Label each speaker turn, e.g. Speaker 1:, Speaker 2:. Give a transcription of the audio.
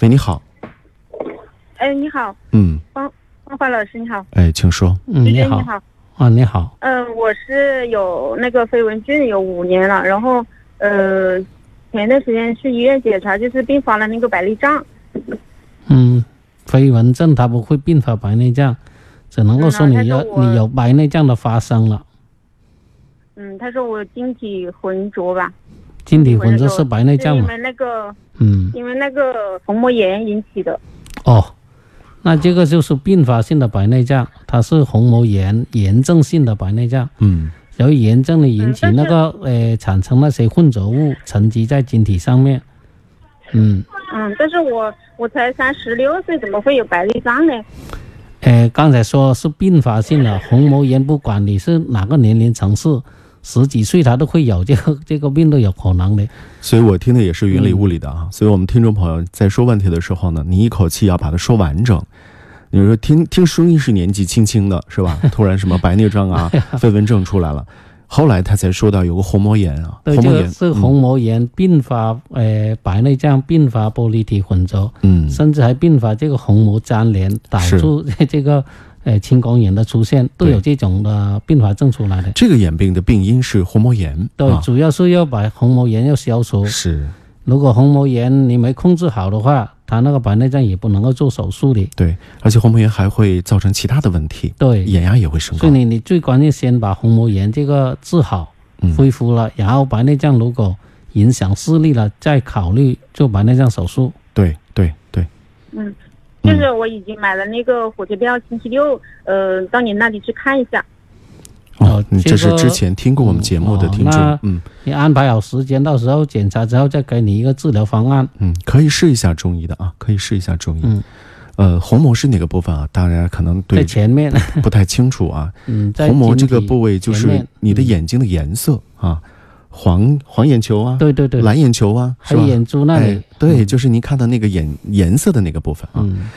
Speaker 1: 喂，你好，
Speaker 2: 哎，你好，
Speaker 1: 嗯，
Speaker 2: 花花老师，你好，
Speaker 1: 哎，请说，
Speaker 3: 嗯，
Speaker 2: 主持
Speaker 3: 你
Speaker 2: 人
Speaker 3: 好
Speaker 2: 你，好，
Speaker 3: 啊，你好，
Speaker 2: 嗯、我是有那个飞蚊菌有五年了，然后呃，前段时间去医院检查，就是并发了那个白内障，
Speaker 3: 嗯，飞蚊症它不会并发白内障，只能够啊说
Speaker 2: 嗯那
Speaker 3: 你要
Speaker 2: 是我
Speaker 3: 你有白内障的发生了。
Speaker 2: 嗯，他说我晶体浑浊吧，
Speaker 3: 晶体混浊是白内障
Speaker 2: 是因
Speaker 3: 嘛？
Speaker 2: 为那个
Speaker 3: 嗯，
Speaker 2: 因为那个虹膜炎引起的，
Speaker 3: 哦，那这个就是并发性的白内障，它是虹膜炎炎症性的白内障，
Speaker 1: 嗯
Speaker 3: 由于炎症的引起
Speaker 2: 嗯但是
Speaker 3: 那个呃产生那些混浊物沉积在晶体上面。嗯，
Speaker 2: 嗯，但是我我才三十六岁，怎么会有白内障呢？
Speaker 3: 呃，刚才说是并发性的虹膜炎，不管你是哪个年龄层次，十几岁他都会有这个这个病都有可能
Speaker 1: 嗯
Speaker 3: 的。
Speaker 1: 所以我听的也是云
Speaker 3: 嗯
Speaker 1: 里雾里的啊。所以我们听众朋友在说问题的时候呢，你一口气要把它说完整。你说听听声音是年纪轻轻的，是 吧？突然什么白内障啊、飞蚊症出来了，后来他才说到有个虹膜炎啊，
Speaker 3: 对，
Speaker 1: 虹
Speaker 3: 这
Speaker 1: 膜
Speaker 3: 个
Speaker 1: 炎
Speaker 3: 是虹膜炎并发呃白内障，并发玻璃体混浊，
Speaker 1: 嗯嗯
Speaker 3: 甚至还并发这个虹膜粘连，导
Speaker 1: 是
Speaker 3: 致 这个呃青光眼的出现，都
Speaker 1: 对
Speaker 3: 有这种的并发症出来的。
Speaker 1: 这个眼病的病因是虹膜炎，
Speaker 3: 对，
Speaker 1: 啊、
Speaker 3: 主要是要把虹膜炎要消除。
Speaker 1: 是
Speaker 3: 如果虹膜炎你没控制好的话，他那个白内障也不能够做手术的。
Speaker 1: 对，而且虹膜炎还会造成其他的问题，
Speaker 3: 对，
Speaker 1: 眼压也会升
Speaker 3: 所
Speaker 1: 高
Speaker 3: 以。你你最关键先把虹膜炎这个治好
Speaker 1: 嗯，
Speaker 3: 恢复了，然后白内障如果影响视力了，再考虑做白内障手术。
Speaker 1: 对对对，
Speaker 2: 嗯，就
Speaker 1: 嗯
Speaker 2: 是我已经买了那个火车票，星期六呃到你那里去看一下。
Speaker 1: 哦
Speaker 3: 哦，
Speaker 1: 你这
Speaker 3: 这
Speaker 1: 是
Speaker 3: 个
Speaker 1: 之前听过我们节目的
Speaker 3: 嗯哦
Speaker 1: 听众
Speaker 3: 那，
Speaker 1: 嗯
Speaker 3: 你安排好时间，到时候检查之后再给你一个治疗方案。
Speaker 1: 嗯，可以试一下中医的啊，可以试一下中医。
Speaker 3: 嗯，
Speaker 1: 呃，虹膜是哪个部分啊？大家可能
Speaker 3: 在
Speaker 1: 对
Speaker 3: 前面，
Speaker 1: 不太清楚啊。
Speaker 3: 嗯， 在
Speaker 1: 虹膜这
Speaker 3: 晶
Speaker 1: 个
Speaker 3: 体
Speaker 1: 部位就
Speaker 3: 前
Speaker 1: 是
Speaker 3: 面嗯
Speaker 1: 你的眼睛的颜色啊，黄黄眼球啊，
Speaker 3: 对对对，
Speaker 1: 蓝眼球啊，是
Speaker 3: 黑
Speaker 1: 吧？
Speaker 3: 眼珠那里
Speaker 1: 哎，，对，就是您看到那个眼颜色的那个部分啊。
Speaker 3: 嗯。